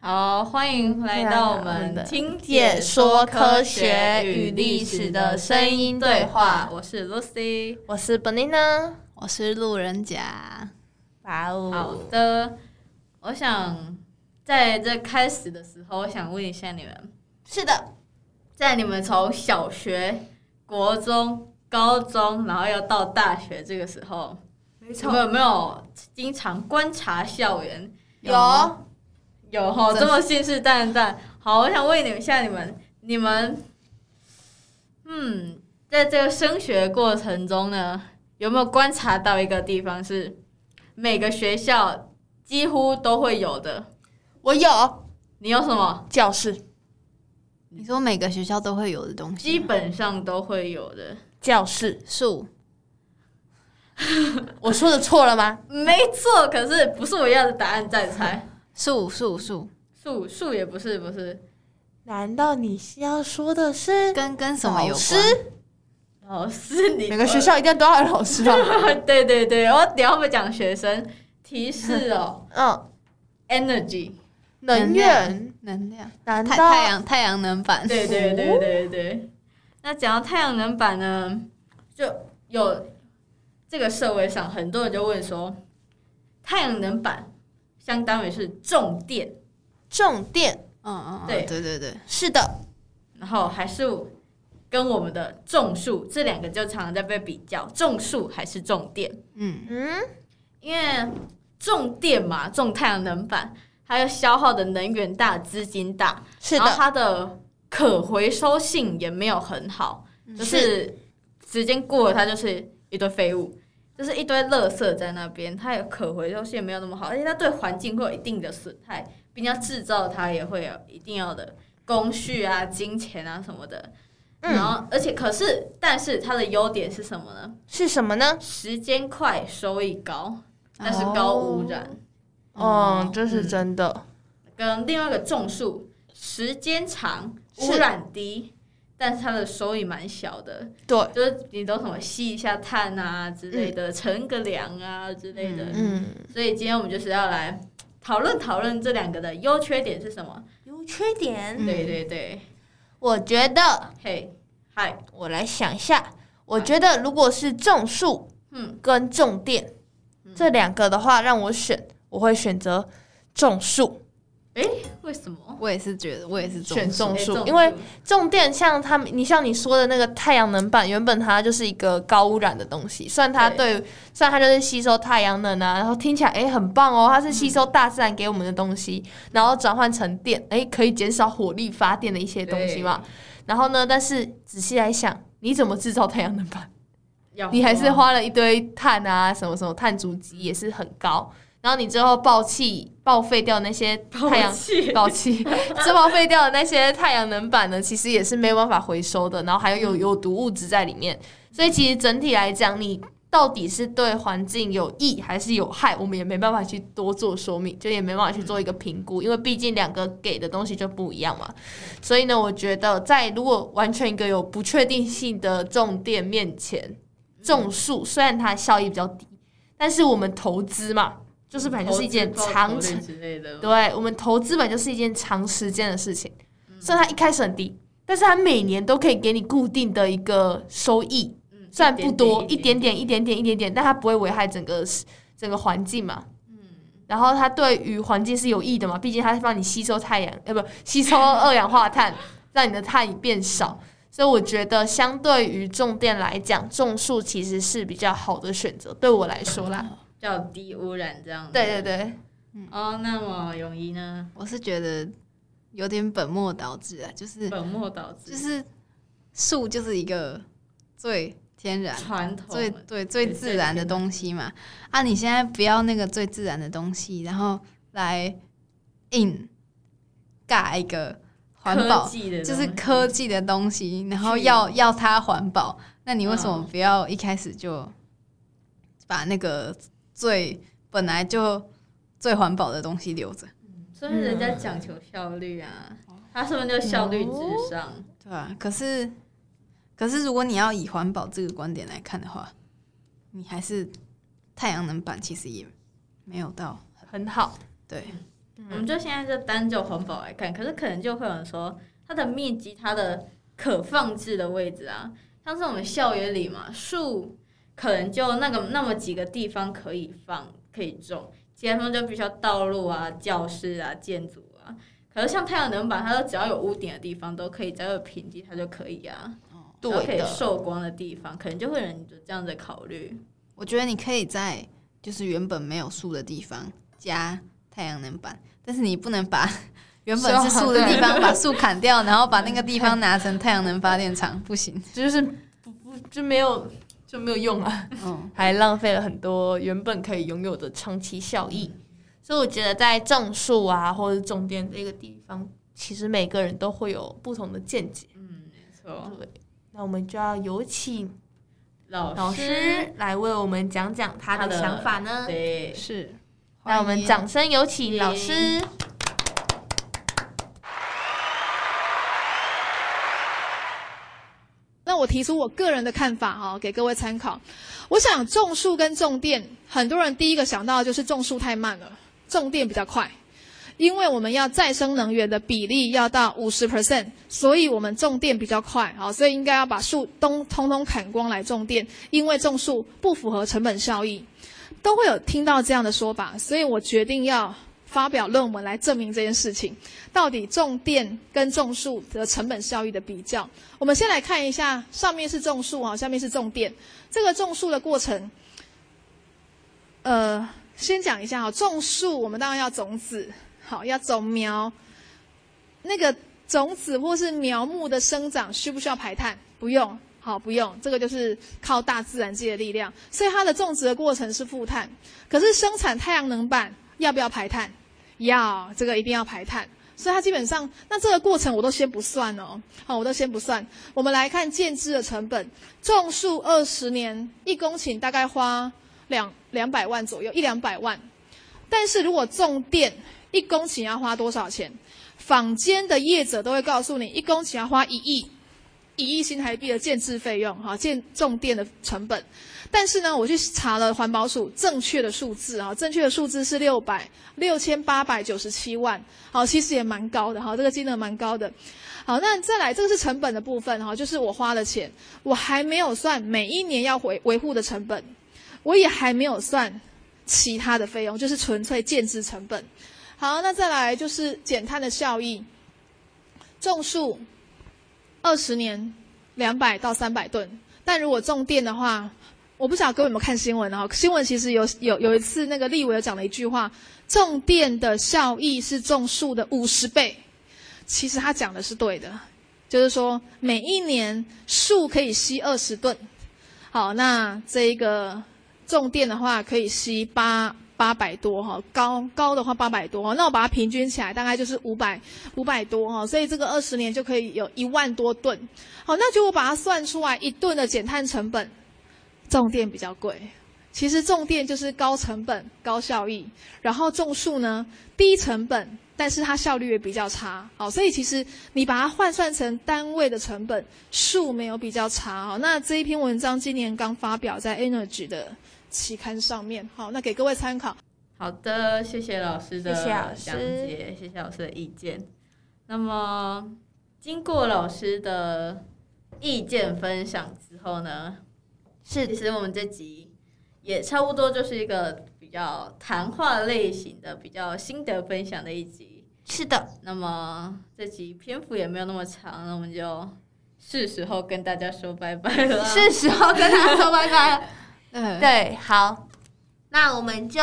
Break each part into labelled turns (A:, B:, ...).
A: 好，欢迎来到我们听解
B: 说
A: 说
B: 科
A: 科
B: 学
A: 学
B: 与
A: 与
B: 历
A: 历
B: 史
A: 史
B: 的
A: 的
B: 声
A: 声
B: 音
A: 音
B: 对
A: 对
B: 话
A: 话。我是 Lucy。
B: 我是 Banana
C: 我是路人甲，
B: 哇
A: 好
B: 哦，
A: 的，我想在这开始的时候，我想问一下你们，
B: 是的，
A: 在你们从小学、国中、高中，然后要到大学这个时候，
B: 没
A: 你们，有没有经常观察校园？
B: 有
A: 有哈，
C: 真
A: 这么信誓旦旦。好，我想问你们一下，你们你们，嗯，在这个升学过程中呢，有没有观察到一个地方是每个学校几乎都会有的？
B: 我有
A: 你有什么？
B: 教室，
C: 你说每个学校都会有的东西
A: 基
C: 吗，
A: 本上都会有的。
B: 教室，
C: 树
B: 我说的错了吗？
A: 没错，可是不是我要的答案，再猜。
C: 树树树，
A: 数数也不是，不是
B: 难道你要说的是
C: 跟跟什么有
B: 老
C: 关？
B: 师？
A: 老师你
B: 每个学校一定都要有老师吧？ 哦
A: 对对对，我等一下会讲学生提示哦
B: 嗯，
A: ，energy，
B: 能源，
C: 能量，
B: 难
C: 太
B: 道
C: 太阳太阳能 板，
A: 对对对对对。那讲到太阳能板呢，就有这个社会上很多人就问说，太阳能板相当于是重电，
B: 重电？
C: 嗯嗯嗯，
A: 对
C: 对对对，
B: 是的，
A: 然后还是跟我们的种树这两个就常常在被比较，种树还是种电。
C: 嗯，
B: 嗯，
A: 因为种电嘛，种太阳能板，它要消耗的能源大、资金大，
B: 是
A: 然后
B: 的，
A: 它的可回收性也没有很好，
C: 嗯
A: 就是时间过了，它就是一堆废物，就是一堆垃圾在那边，它有可回收性没有那么好，而且它对环境会有一定的损害，并且制造它也会有一定要的工序啊、金钱啊什么的。
B: 嗯
A: 然后，而且可是，但是它的优点是什么呢？
B: 是什么呢？
A: 时间快，收益高，但是高污
B: 哦
A: 染。
B: 嗯，这是
A: 嗯
B: 真的，
A: 跟另外一个种树，时间长，
B: 是
A: 污染低，但是它的收益蛮小的，
B: 对，
A: 就是你都什么吸一下碳啊之类的，乘个凉啊之类的。
C: 嗯
B: 嗯，
A: 所以今天我们就是要来讨论讨论这两个的优缺点是什么。
B: 有缺点
C: 嗯
A: 对对对，
B: 我觉得，
A: 嘿，嗨，
B: 我来想一下，我觉得如果是种树，
A: 嗯，
B: 跟种电
A: 嗯
B: 这两个的话，让我选，我会选择种树，
A: 为什么？哎
C: 我也是觉得，我也是种
B: 选
C: 树
B: 种
A: 诶
B: 树，因为种电像他们，你像你说的那个太阳能板，原本它就是一个高污染的东西，虽然它对，虽然它就是吸收太阳能啊，然后听起来诶很棒哦，它是吸收大自然给我们的东西，然后转换成电，诶可以减少火力发电的一些东西嘛。然后呢，但是仔细来想，你怎么制造太阳能板？
A: 要
B: 你还是花了一堆碳啊，什么什么碳足迹也是很高。然后你之后爆气报废掉那些太阳
A: 抛弃
B: 爆气，之后废掉的那些太阳能板呢，其实也是没有办法回收的，然后还有有
A: 嗯
B: 有毒物质在里面。所以其实整体来讲，你到底是对环境有益还是有害，我们也没办法去多做说明，就也没办法去做一
A: 嗯
B: 个评估，因为毕竟两个给的东西就不一样嘛。所以呢，我觉得在如果完全一个有不确定性的重点面前，
A: 嗯
B: 种树虽然它效益比较低，但是我们投资嘛，就是本来就是一件
A: 投资报
B: 长
A: 酬
B: 程
A: 率之类的。
B: 对我们投资本就是一件长时间的事情，虽然它一开始很低，但是它每年都可以给你固定的一个收益，
A: 嗯
B: 虽然不多，一
A: 一
B: 点
A: 点
B: 点，一点点，一点点，但它不会危害整个整个环境嘛。然后它对于环境是有益的嘛，毕竟它帮你吸收太阳，呃，不，吸收二氧化碳，让你的碳变少。所以我觉得，相对于种电来讲，种树其实是比较好的选择，对我来说啦。
A: 叫低污染这样子。
B: 对对对，
A: 哦，那么泳衣呢？
C: 我是觉得有点本末倒置啊，就是
A: 本末倒置，
C: 就是树就是一个最天然。
A: 传统
C: 最
A: 的
C: 对最
A: 对
C: 自
A: 最
C: 然的
A: 天
C: 东西嘛。啊，你现在不要那个最自然的东西，然后来硬尬一个环
A: 科
C: 保，
A: 技的东西，
C: 就是科技的东西，然后
A: 去
C: 要要它环保，那你为什么
A: 嗯
C: 不要一开始就把那个最本来就最环保的东西留着？
A: 所以人家讲求效率啊，他是不是就效率
C: 哦
A: 至上？
C: 对吧、可是，可是如果你要以环保这个观点来看的话，你还是太阳能板其实也没有到
B: 很好。
C: 对，
A: 我们就现在就单就环保来看，可是可能就会有人说它的面积、它的可放置的位置啊，像是我们校园里嘛，树可能就那个那么几个地方可以放可以种，其他地方就必须要道路啊、教室啊、建筑啊。可是像太阳能板，它都只要有屋顶的地方都可以，只要有平地它就可以啊，只要可
B: 对
A: 以
B: 的，
A: 受光的地方，可能就会有人有这样子考虑。
C: 我觉得你可以在就是原本没有树的地方加太阳能板，但是你不能把 原本是树的地方把树砍掉，然后把那个地方拿成太阳能发电厂，不行。
B: 就是不不就没有就没有用啊。
C: 嗯，
B: 还浪费了很多原本可以拥有的长期效益。所以我觉得在种树啊，或者种电这个地方，其实每个人都会有不同的见解。
A: 嗯，没错。
B: 对，那我们就要有请
A: 老
B: 老师来为我们讲讲他
A: 他
B: 的
A: 的
B: 想法呢。
A: 对，
C: 是。
B: 那我们
C: 讲
B: 掌声有请老师。
D: 那我提出我个人的看法哈、给各位参考。我想种树跟种电，很多人第一个想到的就是种树太慢了，种电比较快。因为我们要再生能源的比例要到五十 percent，所以我们种电比较快，好，所以应该要把树都通通砍光来种电，因为种树不符合成本效益，都会有听到这样的说法，所以我决定要发表论文来证明这件事情，到底种电跟种树的成本效益的比较。我们先来看一下，上面是种树啊，下面是种电。这个种树的过程，呃，先讲一下啊，种树我们当然要种子，好，要种苗。那个种子或是苗木的生长需不需要排碳？不用，好，不用，这个就是靠大自然界的力量。所以它的种植的过程是负碳，可是生产太阳能板要不要排碳？要，这个一定要排碳。所以它基本上，那这个过程我都先不算哦，好，我都先不算。我们来看建制的成本，种树二十年，一公顷大概花两两百万左右，一两百万。但是如果种电，一公顷要花多少钱？坊间的业者都会告诉你，一公顷要花一亿，一亿新台币的建制费用，哈，建种电的成本。但是呢，我去查了环保署正确的数字啊，正确的数字是六百六千八百九十七万，好，其实也蛮高的，哈，这个金额蛮高的。好，那再来，这个是成本的部分哈，就是我花了钱，我还没有算每一年要维维护的成本，我也还没有算其他的费用，就是纯粹建制成本。好，那再来就是减碳的效益，种树二十年两百到三百吨，但如果种电的话，我不晓得各位有没有看新闻哦，新闻其实有有有一次那个立委有讲了一句话，种电的效益是种树的五十倍。其实他讲的是对的，就是说每一年树可以吸二十吨，好，那这个种电的话可以吸八八百多哈，高高的话八百多，那我把它平均起来大概就是五百五百多哈，所以这个二十年就可以有一万多吨，好，那就我把它算出来一吨的减碳成本，种电比较贵。其实种电就是高成本、高效益，然后种树呢低成本，但是它效率也比较差。好，所以其实你把它换算成单位的成本，数没有比较差。好，那这一篇文章今年刚发表在 Energy 的期刊上面。好，那给各位参考。
A: 好的，谢谢老师的
B: 谢谢老师
A: 讲解，谢谢老师的意见。那么，经过老师的意见分享之后呢，
B: 是
A: 其实我们这集也差不多就是一个比较谈话类型的、比较心得分享的一集。
B: 是的，
A: 那么这集篇幅也没有那么长，那我们就是时候跟大家说拜拜了。
B: 是时候哦跟大家说拜拜了。
C: 呃，
B: 对，好，那我们就，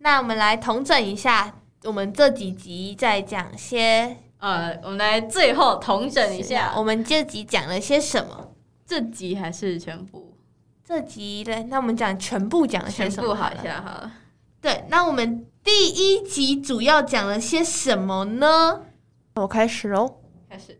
B: 那我们来统整一下，我们这几集在讲些
A: 呃，我们来最后统整一下，
B: 我们这集讲了些什么？
A: 这集还是全部
B: 这集嘞，那我们讲全部讲了些
A: 全
B: 什么？
A: 部好一
B: 了。
A: 下好了。
B: 对，那我们第一集主要讲了些什么呢？我开始喽。
A: 开始，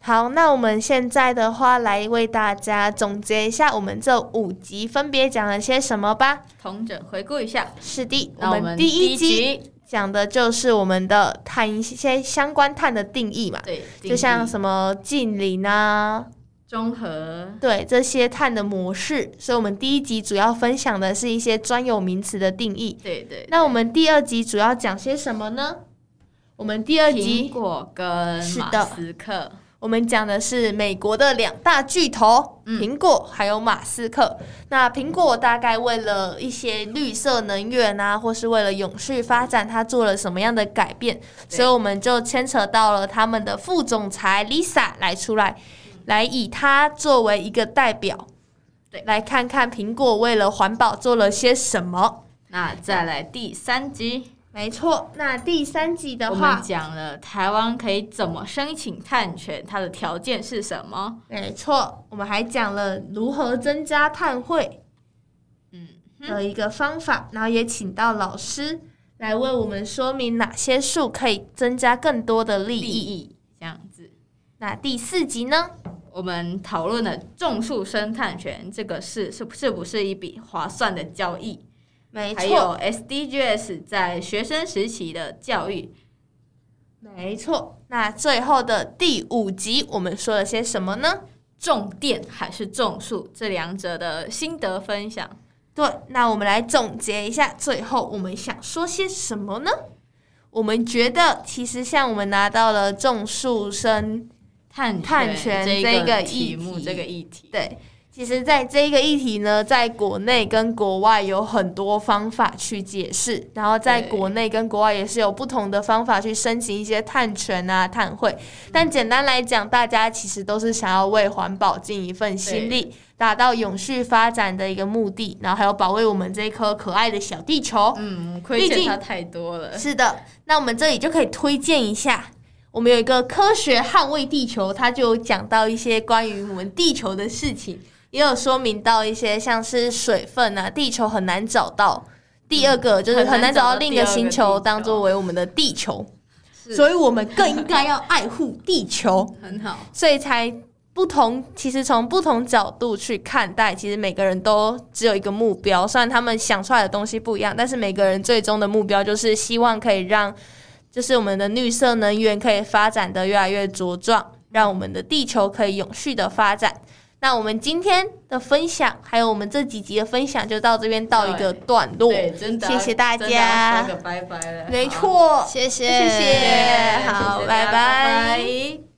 B: 好，那我们现在的话来为大家总结一下我们这五集分别讲了些什么吧。
A: 统整回顾一下。
B: 是的，
A: 那
B: 我们第一集
A: 集
B: 讲的就是我们的碳一些相关碳的定义嘛，
A: 对，
B: 就像
A: 么
B: 什么近邻啊、
A: 综合
B: 对这些碳的模式，所以我们第一集主要分享的是一些专有名词的定义。
A: 对对，
B: 那我们第二集主要讲些什么呢？我们第二
A: 苹
B: 集
A: 果跟
B: 是
A: 马
B: 的
A: 斯克，
B: 我们讲的是美国的两大巨头，
A: 嗯
B: 苹果还有马斯克。那苹果大概为了一些绿色能源啊，或是为了永续发展，它做了什么样的改变？
A: 对
B: 所以我们就牵扯到了他们的副总裁 Lisa 来出来，来以她作为一个代表，
A: 对
B: 来看看苹果为了环保做了些什么。
A: 那再来第三集，
B: 没错，那第三集的
A: 我
B: 话
A: 们，讲了台湾可以怎么申请碳权，它的条件是什么？
B: 没错，我们还讲了如何增加碳汇，
A: 嗯，
B: 的一个方法，然后也请到老师来为我们说明哪些树可以增加更多的利
A: 利
B: 益。
A: 益这样子。
B: 那第四集呢？
A: 我们讨论了种树生碳权这个事是是不是一笔划算的交易？
B: 没
A: 还有
B: 错，
A: SDGs 在学生时期的教育，
B: 没错。那最后的第五集，我们说了些什么呢？
A: 种电还是种树这两者的心得分享。
B: 对，那我们来总结一下，最后我们想说些什么呢？我们觉得，其实像我们拿到了种树生
A: 碳
B: 碳
A: 权
B: 权
A: 这
B: 这个
A: 题
B: 议
A: 目
B: 题
A: 这个议题，
B: 对，其实在这一个议题呢，在国内跟国外有很多方法去解释，然后在
A: 对
B: 国内跟国外也是有不同的方法去申请一些碳权啊、碳汇。但简单来讲，大家其实都是想要为环保尽一份心力，达到永续发展的一个目的，然后还有保卫我们这颗可爱的小地球。
A: 嗯，亏欠
B: 毕竟
A: 它太多了。
B: 是的，那我们这里就可以推荐一下，我们有一个科学捍卫地球，它就有讲到一些关于我们地球的事情，也有说明到一些像是水分啊，地球很难找到。第二个就是嗯很难找到另一个星球当作为我们的地球，
A: 是
B: 所以我们更应该要爱护地球，
A: 很好，
B: 所以才不同。其实从不同角度去看待，其实每个人都只有一个目标，虽然他们想出来的东西不一样，但是每个人最终的目标就是希望可以让，就是我们的绿色能源可以发展的越来越茁壮，让我们的地球可以永续的发展。那我们今天的分享，还有我们这几集的分享，就到这边到一个段落。
A: 对，真的
B: 哦
A: 啊
B: 谢谢大家
A: 真的啊要说个拜拜了，
B: 没错，
C: 谢谢
B: 谢谢
A: 好，
B: 好
A: 谢谢大家
B: 拜拜
A: 拜